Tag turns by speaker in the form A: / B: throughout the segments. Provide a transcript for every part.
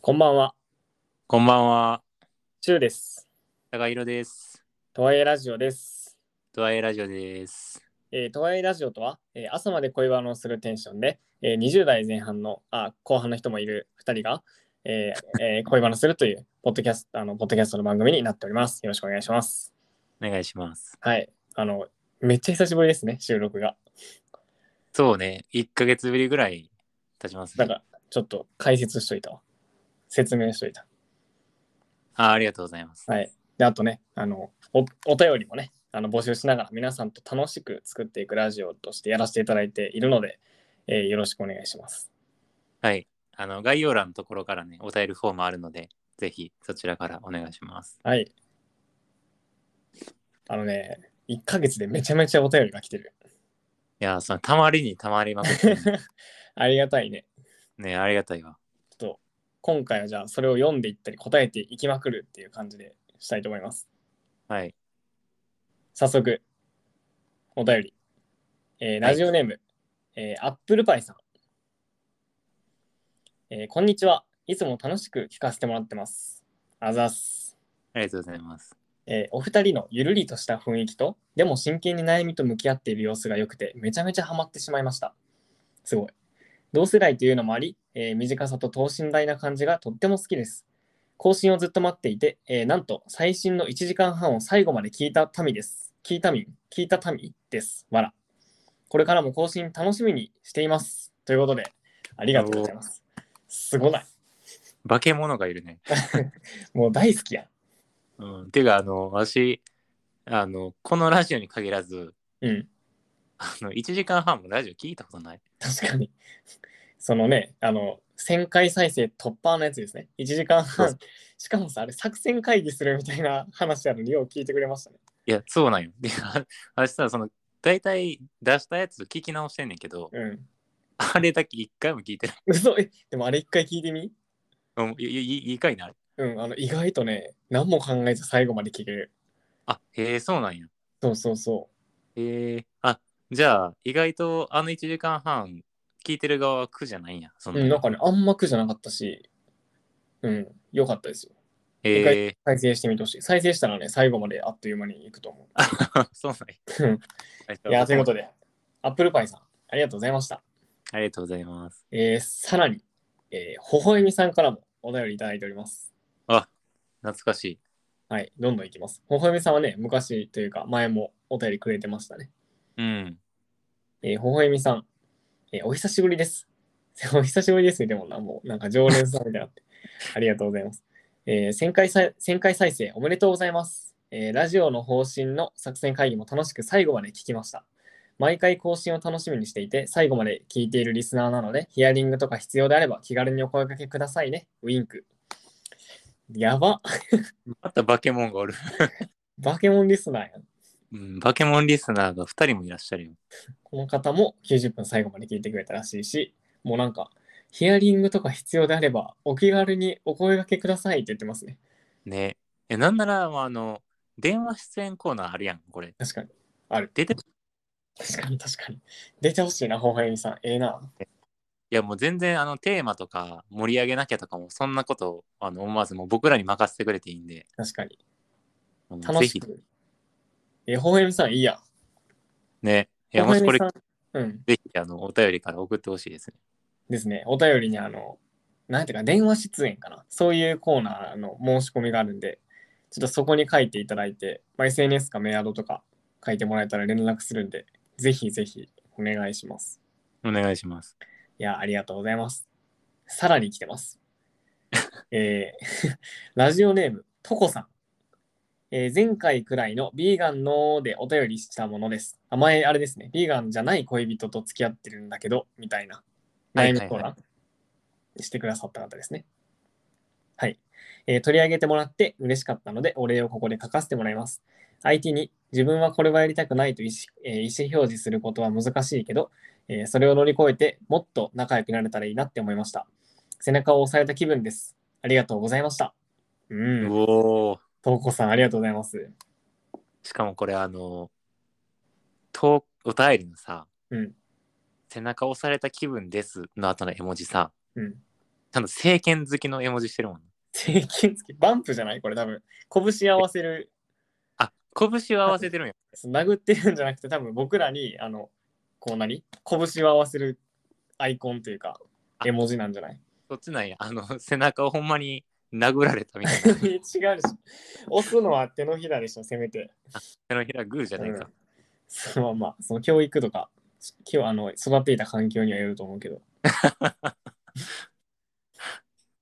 A: こんばんは、
B: こんばんは、
A: チュウです。
B: 高弘です。
A: とはいえラジオです。
B: ドアイラジオです。
A: えー、とはいえラジオとは、えー朝まで恋バナをするテンションで、えー20代前半の、あ、後半の人もいる2人が、えーえー恋バナするという、ポッドキャスト、あの、ポッドキャストの番組になっております。よろしくお願いします。
B: お願いします。
A: はい。あの、めっちゃ久しぶりですね、収録が。
B: そうね、1ヶ月ぶりぐらい経ちます
A: だ
B: ね。
A: から、ちょっと解説しといたわ。説明しといた。
B: あありがとうございます。
A: はい。で、あとね、あの、おお便りもね、あの募集しながら皆さんと楽しく作っていくラジオとしてやらせていただいているので、えーよろしくお願いします。
B: はい。あの、概要欄のところからね、お便りフォームあるので、ぜひそちらからお願いします。
A: はい。あのね、1ヶ月でめちゃめちゃお便りが来てる。
B: いやー、その、たまりにたまりまく ってね
A: ありがたいね。
B: ね、ありがたいわ。
A: ちょっと、今回はじゃあそれを読んでいったり答えていきまくるっていう感じでしたいと思います。
B: はい。
A: 早速、お便り。えーラジオネーム、えーアップルパイさん、えーこんにちは。いつも楽しく聞かせてもらってます。あざっす。
B: ありがとうございます。
A: えーお二人のゆるりとした雰囲気と、でも真剣に悩みと向き合っている様子が良くて、めちゃめちゃハマってしまいました。すごい。同世代というのもあり、えー短さと等身大な感じがとっても好きです。更新をずっと待っていて、えーなんと最新の1時間半を最後まで聞いた民です。聞いた民聞いた民です。わら。これからも更新楽しみにしています。ということで、ありがとうございます。すごない。
B: 化け物がいるね。
A: もう大好きや。
B: うん。てか、あの、わし、あの、このラジオに限らず、
A: うん。
B: あの、1時間半もラジオ聞いたことない。
A: 確かに。そのね、あの、1000回再生突破のやつですね。1時間
B: そ
A: 半。しかもさ、あれ、作戦会議するみたいな話なのによう聞いてくれましたね。
B: いや、そうなんよ。 で、ああしさ、その、大体出したやつ聞き直してんねんけど、
A: うん。
B: あれだけ一回も聞いてない。
A: 嘘え、でもあれ一回聞いてみ
B: うん、いいいいいい回な。あれ
A: うん、あの、意外とね、何も考えず最後まで聞ける。
B: あ、へえ、そうなんや。
A: そうそうそ
B: へえ、あ、じゃあ、意外とあの1時間半、聞いてる側は苦じゃないんや。そん
A: う。
B: な
A: うん、なんかね、あんま苦じゃなかったし、うん、良かったですよ。意
B: へえ、
A: 再生してみてほしい。再生したらね、最後まであっという間に行くと思
B: そうなん
A: う。
B: や。
A: いや、ということで、アップルパイさん、ありがとうございました。
B: ありがとうございます。
A: えーさらに、えー、ほほえみさんからもお便りいただいております。
B: 懐かしい。
A: はい、どんどんいきます。ほほえみさんはね、昔というか、前もお便りくれてましたね。
B: うん。
A: えー、ほほえみさん、えーお久しぶりです。 お久しぶりですね、でもな、もうなんか常連さんみたいになって。 ありがとうございます。えー、1000回再1000回再生おめでとうございます、えーラジオの方針の作戦会議も楽しく最後まで聞きました。毎回更新を楽しみにしていて、最後まで聞いているリスナーなので、ヒアリングとか必要であれば気軽にお声掛けくださいね。ウィンク。やば。
B: また化け物がおる。
A: バケモンリスナーやん。
B: うん、化け物リスナーが2人もいらっしゃるよ。
A: この方も90分最後まで聞いてくれたらしいし、もうなんか、ヒアリングとか必要であれば、お気軽にお声掛けくださいって言ってますね。
B: ね。え、なんなら、まああの、電話出演コーナーあるやん、これ。
A: 確かに。ある。
B: 出て、い
A: 確かに確かに。出てほしいな、ほほえみさん。ええな。
B: や、もう全然、あの、テーマとか盛り上げなきゃとかも、そんなことを、あの、思わず、もう僕らに任せてくれていいんで、
A: 確かに。
B: あの
A: 楽
B: ぜ
A: し
B: ひ、
A: く。え、ほほえみさん、いいや。
B: ね。いや、もしこれ
A: ほほえみさんうん。
B: ぜひあのお便りから送ってほしいですね。
A: ですね。お便りに、あの、なんていうか、電話出演かな。そういうコーナーの申し込みがあるんで、ちょっとそこに書いていただいて、まあ、SNS かメアドとか書いてもらえたら連絡するんで、ぜひぜひお願いします。
B: お願いします。
A: いや、ありがとうございます。さらに来てます。 えー ラジオネーム、トコさん。えー前回くらいのビーガンのでお便りしたものです。あ、前あれですね。ビーガンじゃない恋人と付き合ってるんだけど、みたいな
B: はい
A: 悩みコーナーしてくださった方ですね。はい、えー取り上げてもらって嬉しかったので、お礼をここで書かせてもらいます。相手に自分はこれはやりたくないと意思,、えー意思表示することは難しいけど、えーそれを乗り越えてもっと仲良くなれたらいいなって思いました。背中を押された気分です。ありがとうございました。う。
B: うんおー
A: とうこさん、ありがとうございます。
B: しかもこれあのとお便りのさ
A: うん。
B: 「背中押された気分です」の後の絵文字さ
A: うん。
B: ちゃんと政権好きの絵文字してるもん。
A: 政権付き、バンプじゃないこれ多分。拳合わせる、
B: あ、拳を合わせ てるんや。
A: 殴ってるんじゃなくて、多分僕らに、あの、こう何拳を合わせるアイコンというか、
B: あ
A: 絵文字なんじゃない
B: そっちなんや。あの、背中をほんまに殴られたみたい
A: 違
B: な。
A: うでしょ。押すのは手のひらでしょ、せめて。
B: 手のひらグーじゃないか。
A: そのまあ、その教育とか、今日あの育っていた環境にはよると思うけ ど。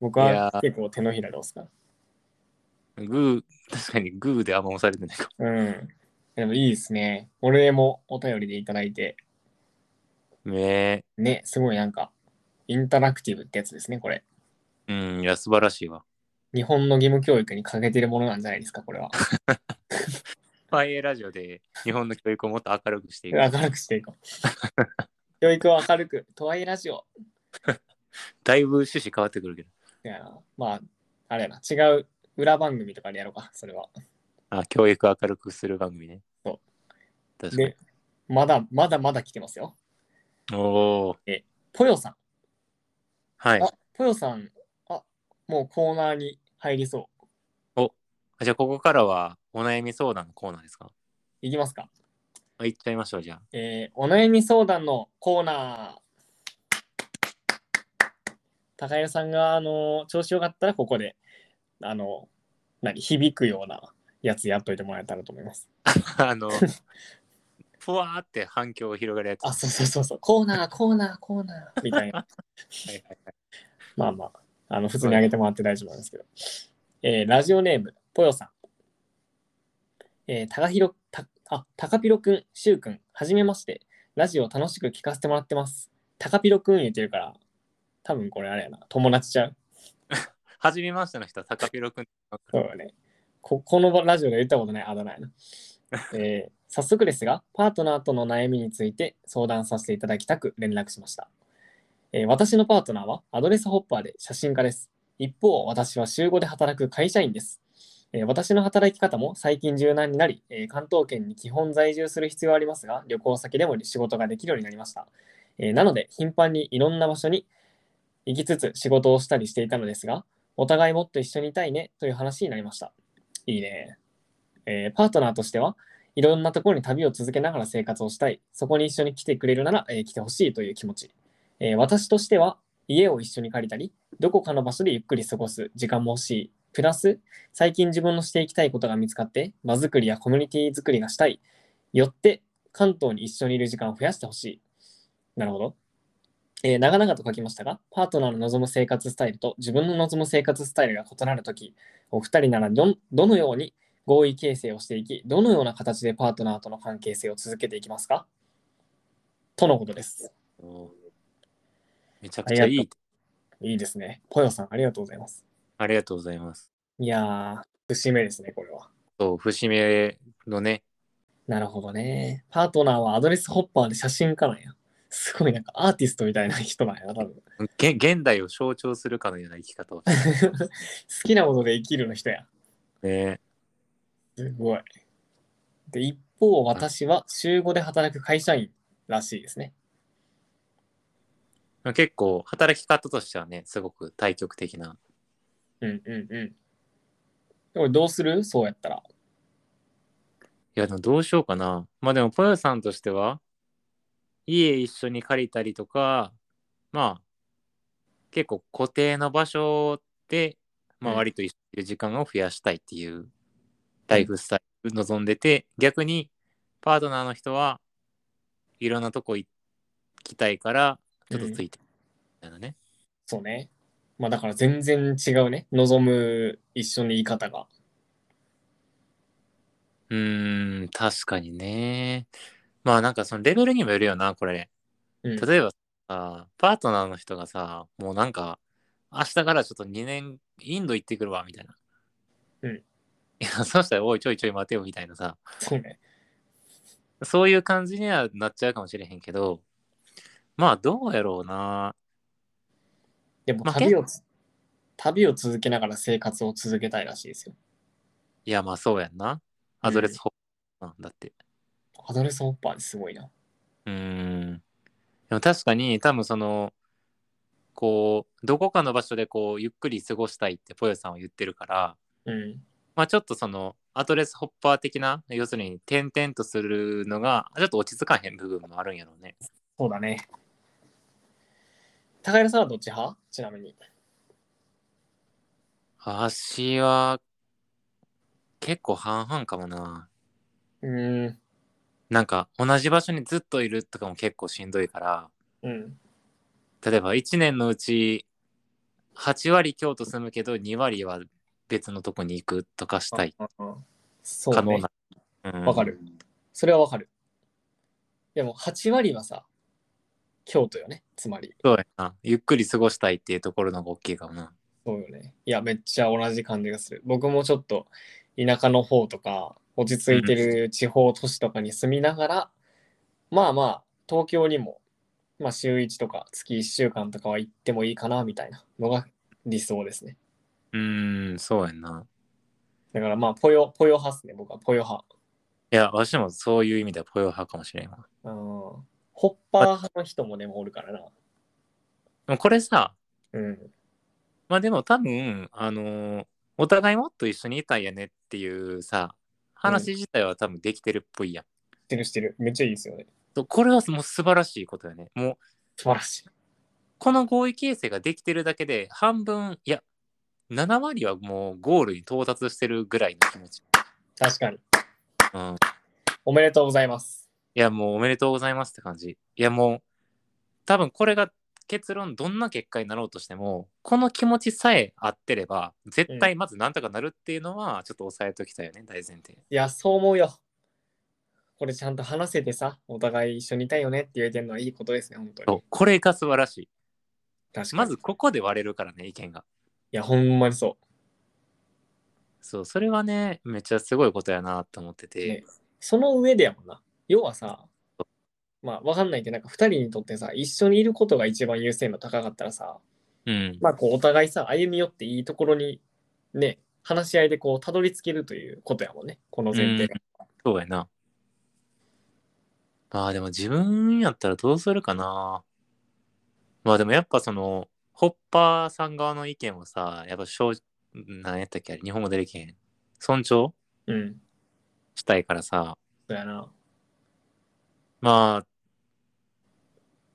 A: 僕
B: いや
A: は
B: ー
A: 結構手のひらで押すか
B: グー、確かにグーであんま押されてないかも。
A: ら。うん。でもいいですね。お礼もお便りでいただいて、
B: ね
A: ね、すごいなんか、インタラクティブってやつですね、これ。
B: え。うん、いや、素晴らしいわ。
A: 日本の義務教育に欠けてるものなんじゃないですか、これは。
B: ファイエラジオで日本の教育をもっと明るくしていく。
A: 明るくしていこう。 教育を明るく、とはいえラジオ。
B: だいぶ趣旨変わってくるけど。
A: いやなまあ、あれやな、違う裏番組とかでやろうか、それは。
B: あ、教育を明るくする番組ね。
A: そう
B: 確かに
A: で。、まだまだまだ来てますよ。
B: おー。
A: ぽよさん。
B: はい。
A: あ、ぽよさん、あ、もうコーナーに入りそう。
B: あじゃあ、ここからはお悩み相談のコーナーですか
A: いきますか。
B: あ、行っちゃいましょう、じゃあ。
A: えーお悩み相談のコーナー。高谷さんが、あの、調子よかったら、ここで、あの、何、響くようなやつやっといてもらえたらと思います。
B: あ の、ふわーって反響を広がるやつ。
A: あ、そうそうそうそう、コーナー、コーナー、コーナー、みたいな。
B: はいはいはい
A: まあまあ、あの普通にあげてもらって大丈夫なんですけど。えーラジオネーム、ぽよさん。えー、たかひろ、た、あ、たかぴろくん、しゅうくん、はじめまして。ラジオ楽しく聞かせてもらってます。たかぴろくん言ってるから、多分これあれやな、友達ちゃう。
B: はじめましての人は、高ピロくん。
A: そうだね。ここのラジオで言ったことないあだ名やな。えー早速ですが、パートナーとの悩みについて相談させていただきたく連絡しました。えー私のパートナーはアドレスホッパーで写真家です。一方、私は週5で働く会社員です。えー私の働き方も最近柔軟になり、えー関東圏に基本在住する必要はありますが、旅行先でも仕事ができるようになりました。えーなので、頻繁にいろんな場所に行きつつ仕事をしたりしていたのですが、お互いもっと一緒にいたいねという話になりました。いいね。えーパートナーとしては、いろんなところに旅を続けながら生活をしたい。そこに一緒に来てくれるなら、えー来てほしいという気持ち。えー私としては、家を一緒に借りたり、どこかの場所でゆっくり過ごす時間も欲しい。プラス、最近自分のしていきたいことが見つかって、場作りやコミュニティ作りがしたい。よって、関東に一緒にいる時間を増やしてほしい。なるほど。えー長々と書きましたが、パートナーの望む生活スタイルと自分の望む生活スタイルが異なるとき、お二人ならどどのように合意形成をしていき、どのような形でパートナーとの関係性を続けていきますかとのことです。
B: めちゃくちゃい
A: あり
B: い
A: が。いいですね。ぽよさん、ありがとうございます。
B: ありがとうございます。
A: いやー、節目ですね、これは。
B: そう、節目のね、
A: なるほどね。パートナーはアドレスホッパーで写真家なんや。すごいなんかアーティストみたいな人なんやな、多分。
B: げ現代を象徴するかのような生き方をして
A: 好きなことで生きるの人や。
B: るね。
A: すごい。で、一方、私は週5で働く会社員らしいですね。
B: 結構、働き方としてはね、すごく対極的な。
A: うんうんうん。これどうするそうやったら。
B: いや、でもどうしようかな。まあでも、ぽよさんとしては、家一緒に借りたりとか、まあ、結構固定の場所で、まあ
A: うん
B: 割と一緒にいる時間を増やしたいっていうライフスタイル望んでて、逆にパートナーの人はいろんなとこ行きたいから、ちょっとついてるみたいなね。
A: そうね。まあだから全然違うね。望む一緒に言い方が。
B: うーん、確かにね。まあなんかそのレベルにもよるよな、これ。
A: うん、
B: 例えばさ、パートナーの人がさ、もうなんか、明日からちょっと2年、インド行ってくるわ、みたいな。
A: うん
B: いや、そうしたら、おい、ちょいちょい待てよ、みたいなさ、
A: そうね。
B: そういう感じにはなっちゃうかもしれへんけど、まあ、どうやろうな。
A: でも
B: まあ
A: 旅を、旅を続けながら生活を続けたいらしいですよ。
B: いや、まあ、そうやんな。アドレスホッなんだって。
A: アドレスホッパーですごいな。
B: うーん。でも確かに、多分その、こうどこかの場所でこうゆっくり過ごしたいってぽよさんは言ってるから、
A: うん。
B: まあ、ちょっとそのアドレスホッパー的な要するに点々とするのがちょっと落ち着かへん部分もあるんやろうね。
A: そうだね。高平さんはどっち派ちなみに。
B: 足は結構半々かもな。
A: うん。
B: なんか同じ場所にずっといるとかも結構しんどいから
A: うん。
B: 例えば1年のうち8割京都住むけど2割は別のとこに行くとかしたい
A: うんうんそう
B: 可
A: だ
B: 能
A: ね
B: な。。うん
A: わかる。それはわかる。でも8割はさ、京都よね。つまり。
B: そうやな。ゆっくり過ごしたいっていうところの方が大きいかもな。
A: そうよね。いや、めっちゃ同じ感じがする。僕もちょっと田舎の方とか、落ち着いてる地方都市とかに住みながら、まあまあ、東京にも、まあ週1とか月1週間とかは行ってもいいかなみたいなのが理想ですね。
B: うーん、そうやな。
A: だからまあ、ぽよ、ぽよ派っすね、僕はぽよ派。
B: いや、わしもそういう意味ではポヨ派かもしれんわ。
A: うん。ホッパー派の人もね、もうおるからな。
B: でもこれさ、
A: うん。
B: まあでも多分、あのーお互いもっと一緒にいたいやねっていうさ、話自体は多分できてるっぽいやん。
A: してるしてる。めっちゃいいですよね。
B: とこれはもう素晴らしいことやね。もう、
A: 素晴らしい。
B: この合意形成ができてるだけで、半分、いや、7割はもうゴールに到達してるぐらいの気持ち。
A: 確かに。
B: うん。
A: おめでとうございます。
B: いや、もうおめでとうございますって感じ。いや、もう、多分これが結論、どんな結果になろうとしても、この気持ちさえ合ってれば、絶対まずなんとかなるっていうのは、ちょっと押さえときたいよね、大前提。
A: いや、そう思うよ。これちゃんと話せてさ、お互い一緒にいたいよねって言えてるのはいいことですね、本当
B: そ
A: に。
B: うこれが素晴らし
A: 確か
B: い。
A: に。
B: まず、ここで割れるからね、意見が。
A: いや、ほんまにそ
B: そう、それはね、めっちゃすごいことやなと思ってて。
A: ねう。その上でやもんな。要はさ、まあ、わかんないけど、なんか2人にとってさ、一緒にいることが一番優先度高かったらさ、
B: うん。
A: まあ、こう、お互いさ、歩み寄っていいところに、ね、話し合いでこう、たどり着けるということやもんね、この前提が。
B: そうやな。まあでも自分やったらどうするかな。まあでもやっぱその、ホッパーさん側の意見をさ、やっぱ正なんやったっけあれ日本語出てけへん。尊重
A: うん。
B: したいからさ、
A: そうやな。
B: まあ、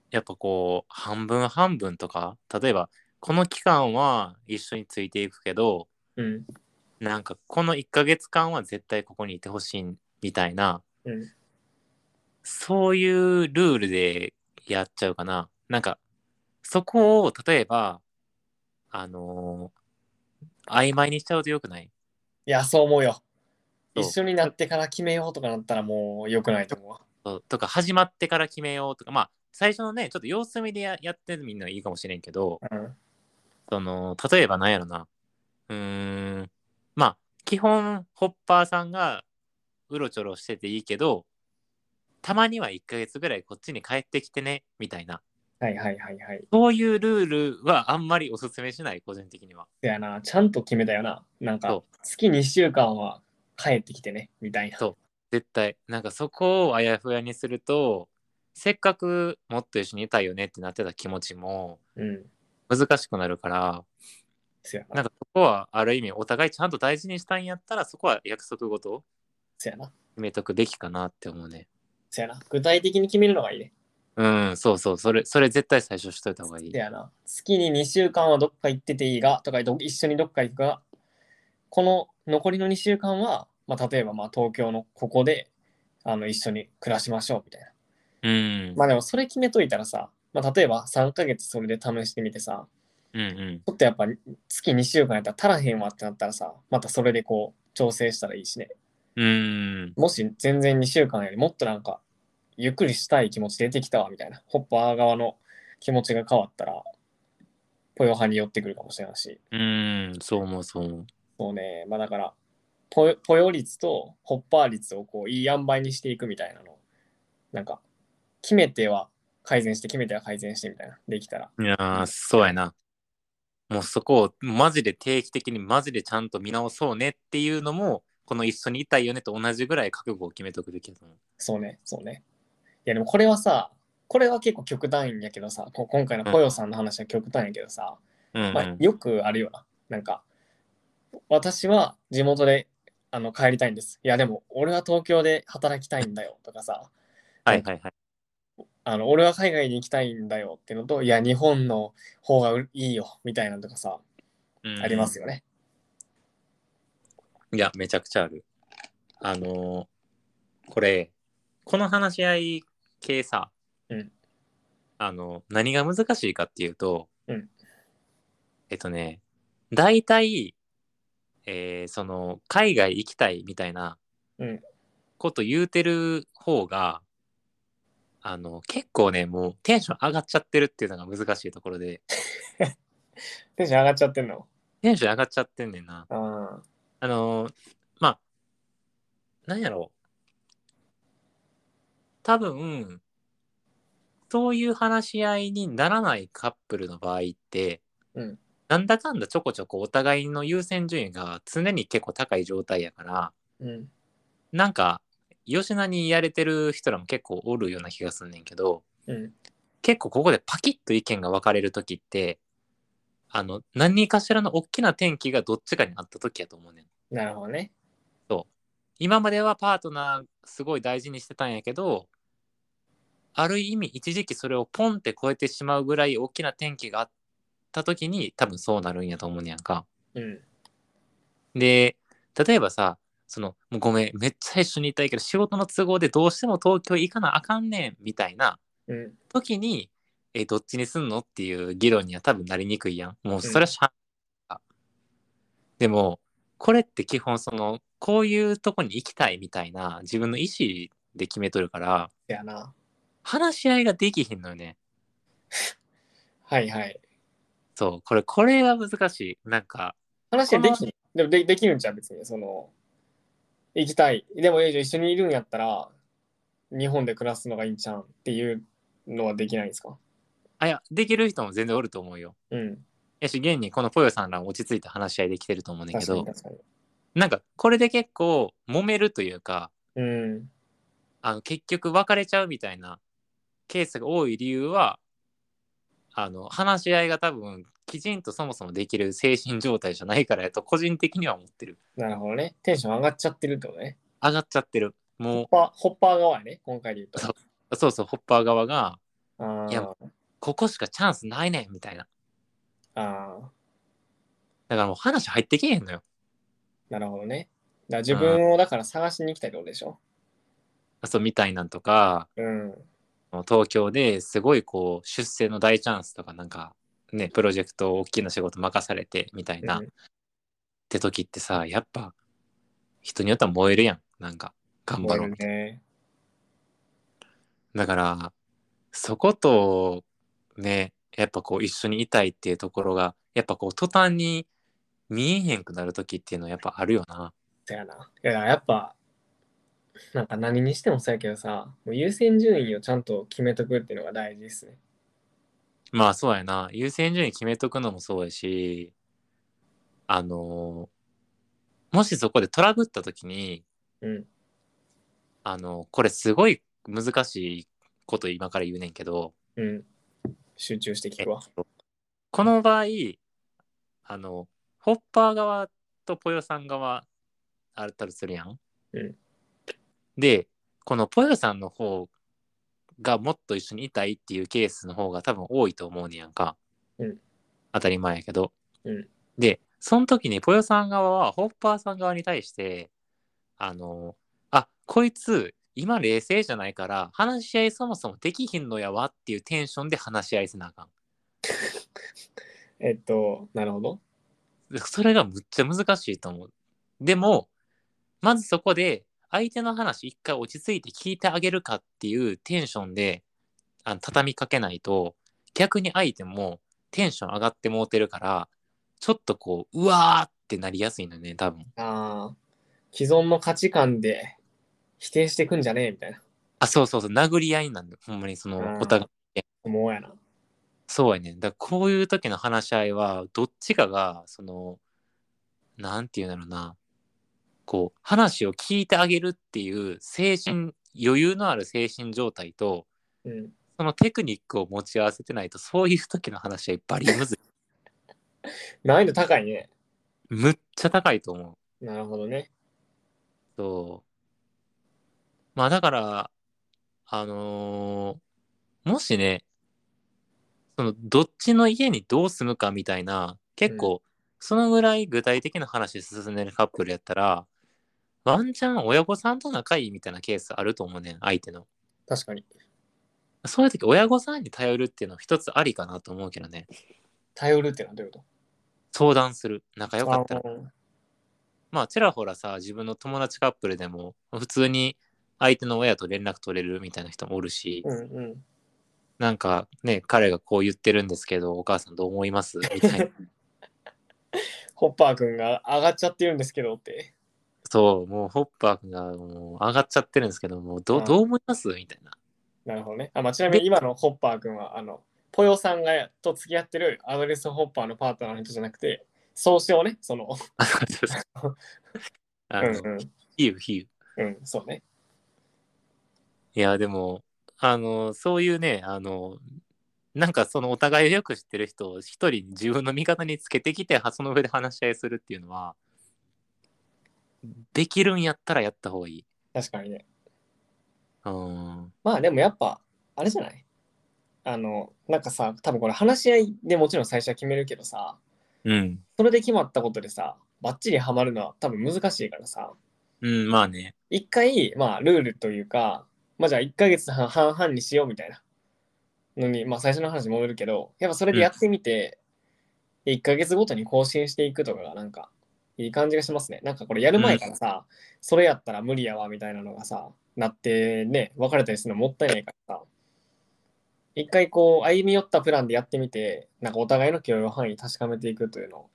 B: やっぱこう、半分半分とか、例えば、この期間は一緒についていくけど、
A: うん。
B: なんかこの1ヶ月間は絶対ここにいてほしいみたいな、
A: うん。
B: そういうルールでやっちゃうかな。なんか、そこを、例えば、あのー曖昧にしちゃうとよくない
A: いや、そう思うよ。
B: そう
A: 一緒になってから決めようとかなったらもう良くないと思うわ。
B: そうとか、始まってから決めようとか、まあ、最初のね、ちょっと様子見でややってみるのはいいかもしれんけど、
A: うん。
B: その、例えばなんやろな。うーん、まあ、基本、ホッパーさんがうろちょろしてていいけど、たまには1ヶ月ぐらいこっちに帰ってきてね、みたいな。
A: はいはいはいはい。
B: そういうルールはあんまりおすすめしない、個人的には。
A: そやな、ちゃんと決めたよな。なんか
B: そ、
A: 月2週間は帰ってきてね、みたいな。
B: そう絶対。なんかそこをあやふやにすると、せっかくもっと一緒にいたいよねってなってた気持ちも
A: うん。
B: 難しくなるから、
A: そやな。
B: なんかそこはある意味お互いちゃんと大事にしたいんやったら、そこは約束ごと
A: そやな。
B: 決めとくべきかなって思うね。
A: そやな。具体的に決めるのがいいね。
B: うん、そうそう、それ、それ絶対最初しといた方がいい
A: そ。やな。月に2週間はどっか行ってていいが、とかど一緒にどっか行くが、この残りの2週間は、まあ、例えばまあ東京のここであの一緒に暮らしましょうみたいな。
B: うん。
A: まあでもそれ決めといたらさ、まあ、例えば3ヶ月それで試してみてさ、
B: うんうん。
A: ちょっとやっぱ月2週間やったら足らへんわってなったらさ、またそれでこう調整したらいいしね。
B: うん。
A: もし全然2週間よりもっとなんかゆっくりしたい気持ち出てきたわみたいな、ホッパー側の気持ちが変わったら、ポヨ派に寄ってくるかもしれないし、
B: うん、そう思う、そう思う。
A: そうね、まあだから、ポヨポヨ率とホッパー率をこういい塩梅にしていくみたいなの、なんか、決めては改善して、決めては改善してみたいな、できたら。
B: いやー、そうやな。もうそこをマジで定期的にマジでちゃんと見直そうねっていうのも、この一緒にいたいよねと同じぐらい覚悟を決めとくべきだと思う。
A: そうね、そうね。いやでもこれはさ、これは結構極端やけどさこ今回のポヨさんの話は極端やけどさ、
B: うんうん
A: まあ、よくあるよななんか私は地元であの帰りたいんですいやでも俺は東京で働きたいんだよとかさ
B: はいはいはい。
A: あの俺は海外に行きたいんだよっていうのといや日本の方がういいよみたいなのとかさありますよね。
B: いや、めちゃくちゃある。あのーこれ、この話し合い系さ、
A: うん
B: あの、何が難しいかっていうと、
A: うん
B: えっとね、大体、えーその、海外行きたいみたいな
A: うん
B: こと言うてる方が、あの、結構ね、もうテンション上がっちゃってるっていうのが難しいところで、
A: テンション上がっちゃってんの。
B: テンション上がっちゃってんねんな。
A: うん
B: あのーまあ、なんやろう。多分、そういう話し合いにならないカップルの場合って、
A: うん
B: なんだかんだちょこちょこお互いの優先順位が常に結構高い状態やから、
A: うん
B: なんか、吉菜にやれてる人らも結構おるような気がすんねんけど、
A: うん
B: 結構ここでパキッと意見が分かれる時って、あの、何かしらの大きな転機がどっちかにあった時やと思うねん。
A: なるほどね。
B: 今まではパートナーすごい大事にしてたんやけどある意味一時期それをポンって超えてしまうぐらい大きな転機があった時に多分そうなるんやと思うねやんか。
A: うん
B: で例えばさそのもうごめんめっちゃ一緒にいたいけど仕事の都合でどうしても東京行かなあかんねんみたいな
A: うん
B: 時にえどっちにすんのっていう議論には多分なりにくいやん。もうそれはしゃあ、でもこれって基本そのこういうとこに行きたいみたいな自分の意思で決めとるから
A: やな。
B: 話し合いができひんのよね。
A: はいはい。
B: そうこれこれは難しい。なんか
A: 話はできんでもでできるんちゃう別にその行きたいでもええじゃあ一緒にいるんやったら日本で暮らすのがいいんちゃうんっていうのはできないんですか
B: あいやできる人も全然おると思うよ。
A: うん
B: やし現にこのぽよさんらも落ち着いて話し合いできてると思うねんだけ
A: 確かに
B: ど
A: 確かに
B: なんかこれで結構揉めるというか
A: うん
B: あの結局別れちゃうみたいなケースが多い理由はあの話し合いが多分きちんとそもそもできる精神状態じゃないからやと個人的には思ってる
A: なるほどねテンション上がっちゃってるってことね
B: 上がっちゃってる
A: ホッ
B: も
A: パーホッパー側やね今回で言うと
B: うそうそうホッパー側が
A: あ
B: いや
A: ー
B: ここしかチャンスないねんみたいな
A: あー
B: だからもう話入ってけえへんのよ
A: なるほどねだから自分をだから探しに行きたいってことでしょ
B: そうみたいなんとか
A: うん
B: 東京ですごいこう出世の大チャンスとかなんかねプロジェクト大きな仕事任されてみたいな、
A: うん
B: って時ってさやっぱ人によっては燃えるやんなんか頑張ろう
A: そうね
B: だからそことねやっぱこう一緒にいたいっていうところがやっぱこう途端に見えへんくなる時っていうのはやっぱあるよな
A: そやな。いや、やっぱ、なんか何にしてもそうやけどさ、もう優先順位をちゃんと決めとくっていうのが大事ですね。
B: まあそうやな優先順位決めとくのもそうやしあのもしそこでトラブった時に
A: うん。
B: あのこれすごい難しいこと今から言うねんけど、
A: うん。集中して聞くわ。
B: えっとこの場合、あの、ホッパー側とポヨさん側、あったりするやん。
A: うん
B: で、このポヨさんの方がもっと一緒にいたいっていうケースの方が多分多いと思うねやんか。
A: うん
B: 当たり前やけど。
A: うん
B: で、その時にポヨさん側はホッパーさん側に対して、あの、あ、こいつ、今冷静じゃないから、話し合いそもそもできひんのやわっていうテンションで話し合いせなあかん。
A: えっと、なるほど。
B: でそれがむっちゃ難しいと思う。でも、まずそこで、相手の話一回落ち着いて聞いてあげるかっていうテンションで、あの畳みかけないと、逆に相手もテンション上がってもうてるから、ちょっとこう、うわーってなりやすいのよね、多分。
A: ああ、既存の価値観で否定してくんじゃねえみたいな。
B: あ、そうそうそう、殴り合いになるのほんまにそ
A: うん
B: の、お互い。
A: 思うやな。
B: そうやね。だからこういう時の話し合いは、どっちかが、その、なんていうんだろうな、こう、話を聞いてあげるっていう、精神、余裕のある精神状態と、
A: うん。
B: そのテクニックを持ち合わせてないと、そういう時の話はバリむずい。
A: 難易度高いね。
B: むっちゃ高いと思う。
A: なるほどね。
B: そう。まあだから、あのーもしね、そのどっちの家にどう住むかみたいな、結構、そのぐらい具体的な話進んでるカップルやったら、ワンチャン親御さんと仲いいみたいなケースあると思うねん、相手の。
A: 確かに。
B: そういう時、親御さんに頼るっていうのは一つありかなと思うけどね。
A: 頼るってのはどういうこ
B: 相談する。仲良
A: と
B: かったら。
A: あー
B: まあちらほらさ自分の友達カップルでも普通に相手の親と連絡取れるみたいな人もおるし、
A: うんうん。
B: なんかね彼がこう言ってるんですけどお母さんどう思いますみたい な
A: ホッパー君が上がっちゃってるんですけどって。
B: そうもうホッパー君がもう上がっちゃってるんですけどもうど
A: うん
B: どう思いますみたいな
A: なるほどね。あまあ、ちなみに今のホッパー君は、あの、ポヨさんがと付き合ってるアドレスホッパーのパートナーの人じゃなくて、総称ね、その、
B: あ
A: う
B: の、
A: ん
B: 比喩比喩
A: うん、うん、そうね。
B: いやでもあのそういうねあのなんかそのお互いをよく知ってる人を一人自分の味方につけてきてはその上で話し合いするっていうのはできるんやったらやった方がいい。
A: 確かにね。
B: うん。
A: まあでもやっぱ、あれじゃないあの、なんかさ、多分これ話し合いでもちろん最初は決めるけどさ、
B: うん。
A: それで決まったことでさ、バッチリハマるのは多分難しいからさ、
B: うん、まあね。
A: 一回、まあルールというか、まあじゃあ1ヶ月半半々にしようみたいなのに、まあ最初の話戻るけど、やっぱそれでやってみて、1ヶ月ごとに更新していくとかがなんか、いい感じがしますね。なんかこれやる前からさ、それやったら無理やわみたいなのがさ、なってね、別れたりするのもったいないからさ、一回こう歩み寄ったプランでやってみて、なんかお互いの許容範囲確かめていくというのを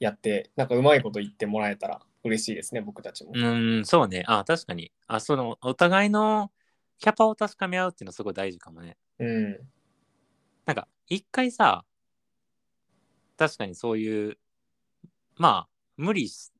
A: やって、なんかうまいこと言ってもらえたら嬉しいですね、僕たちも。
B: うん、そうね。あ、確かに。あ、その、お互いのキャパを確かめ合うっていうのはすごい大事かもね。
A: うん。
B: なんか、一回さ、確かにそういう、まあ、無理し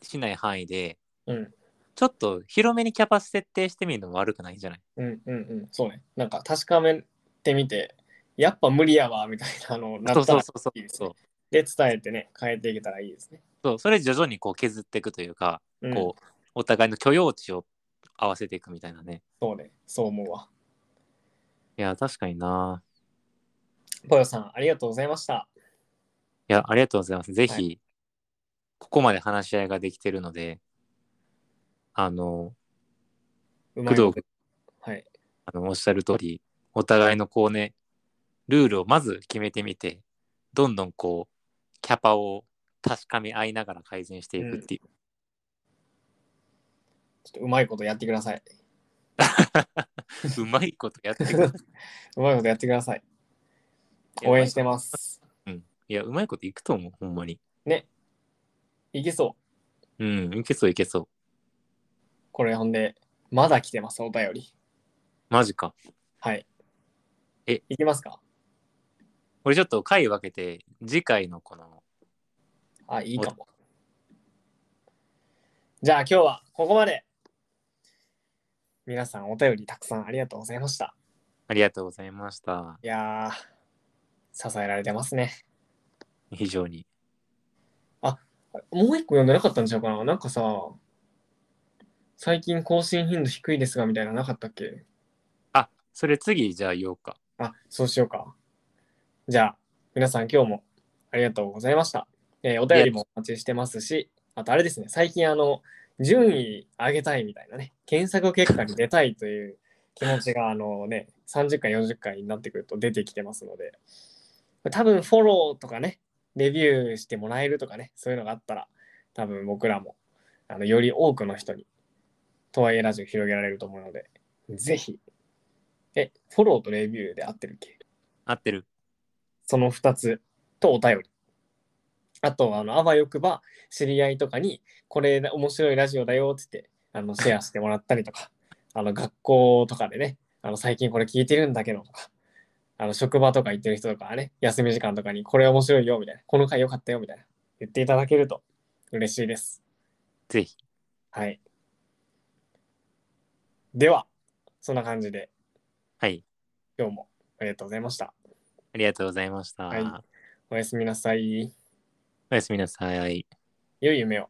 B: しない範囲で、
A: うん。
B: ちょっと広めにキャパ設定してみるのも悪くないんじゃない
A: うんうんうん、そうね。なんか確かめてみて、やっぱ無理やわみたいなのな
B: そう
A: った
B: そう
A: ら
B: そうそう
A: いいです
B: そ
A: ね
B: う。
A: で伝えてね、変えていけたらいいですね。
B: そう。それ徐々にこう削っていくというか、
A: うん、
B: こう、お互いの許容値を合わせていくみたいなね。
A: そうね、そう思うわ。
B: いや、確かにな。
A: ぽよさん、ありがとうございました。
B: いや、ありがとうございます。ぜひ、
A: は
B: ここまで話し合いができてるので、あの、
A: う
B: 工
A: まい
B: 藤
A: こと
B: 君
A: はい。
B: あのおっしゃる通り、お互いのこうね、ルールをまず決めてみて、どんどんこう、キャパを確かめ合いながら改善していくっていう。
A: ちょっとうまいことやってください。
B: うまいことやって くださ
A: うまいことやってください。
B: い。
A: 応援してます。
B: うん。いや、うまいこといくと思う、ほんまに。
A: いけそう。
B: うん、いけそういけそう。
A: これほんで、まだ来てます、お便り。
B: マジか。
A: はい。
B: え、
A: いきますか
B: 俺ちょっと回分けて、次回のこの、
A: あ、いいかも。じゃあ今日はここまで。皆さんお便りたくさんありがとうございました。
B: ありがとうございました。
A: いやー、支えられてますね。
B: 非常に。
A: もう一個読んでなかったんちゃうかななんかさ、最近更新頻度低いですがみたいなのなかったっけ
B: あ、それ次じゃあ言おうか。
A: あ、そうしようか。じゃあ、皆さん今日もありがとうございました。えーお便りもお待ちしてますし、あとあれですね、最近あの、順位上げたいみたいなね、検索結果に出たいという気持ちが、あのね、30回、40回になってくると出てきてますので、多分フォローとかね、レビューしてもらえるとかね、そういうのがあったら、多分僕らも、あの、より多くの人に、とはいえラジオ広げられると思うので、ぜひ、え、フォローとレビューで合ってるっけ
B: 合ってる。
A: その2つとお便り。あと、あの、あわよくば、知り合いとかに、これ面白いラジオだよって言って、あの、シェアしてもらったりとか、 あの、学校とかでね、あの、最近これ聞いてるんだけどとか、あの、職場とか行ってる人とかはね、休み時間とかに、これ面白いよみたいな、この回良かったよみたいな、言っていただけると嬉しいです。
B: ぜひ。
A: はい。では、そんな感じで、
B: はい。
A: 今日もありがとうございました。
B: ありがとうございました。
A: はいおやすみなさい。
B: おやすみなさい。
A: 良い夢を。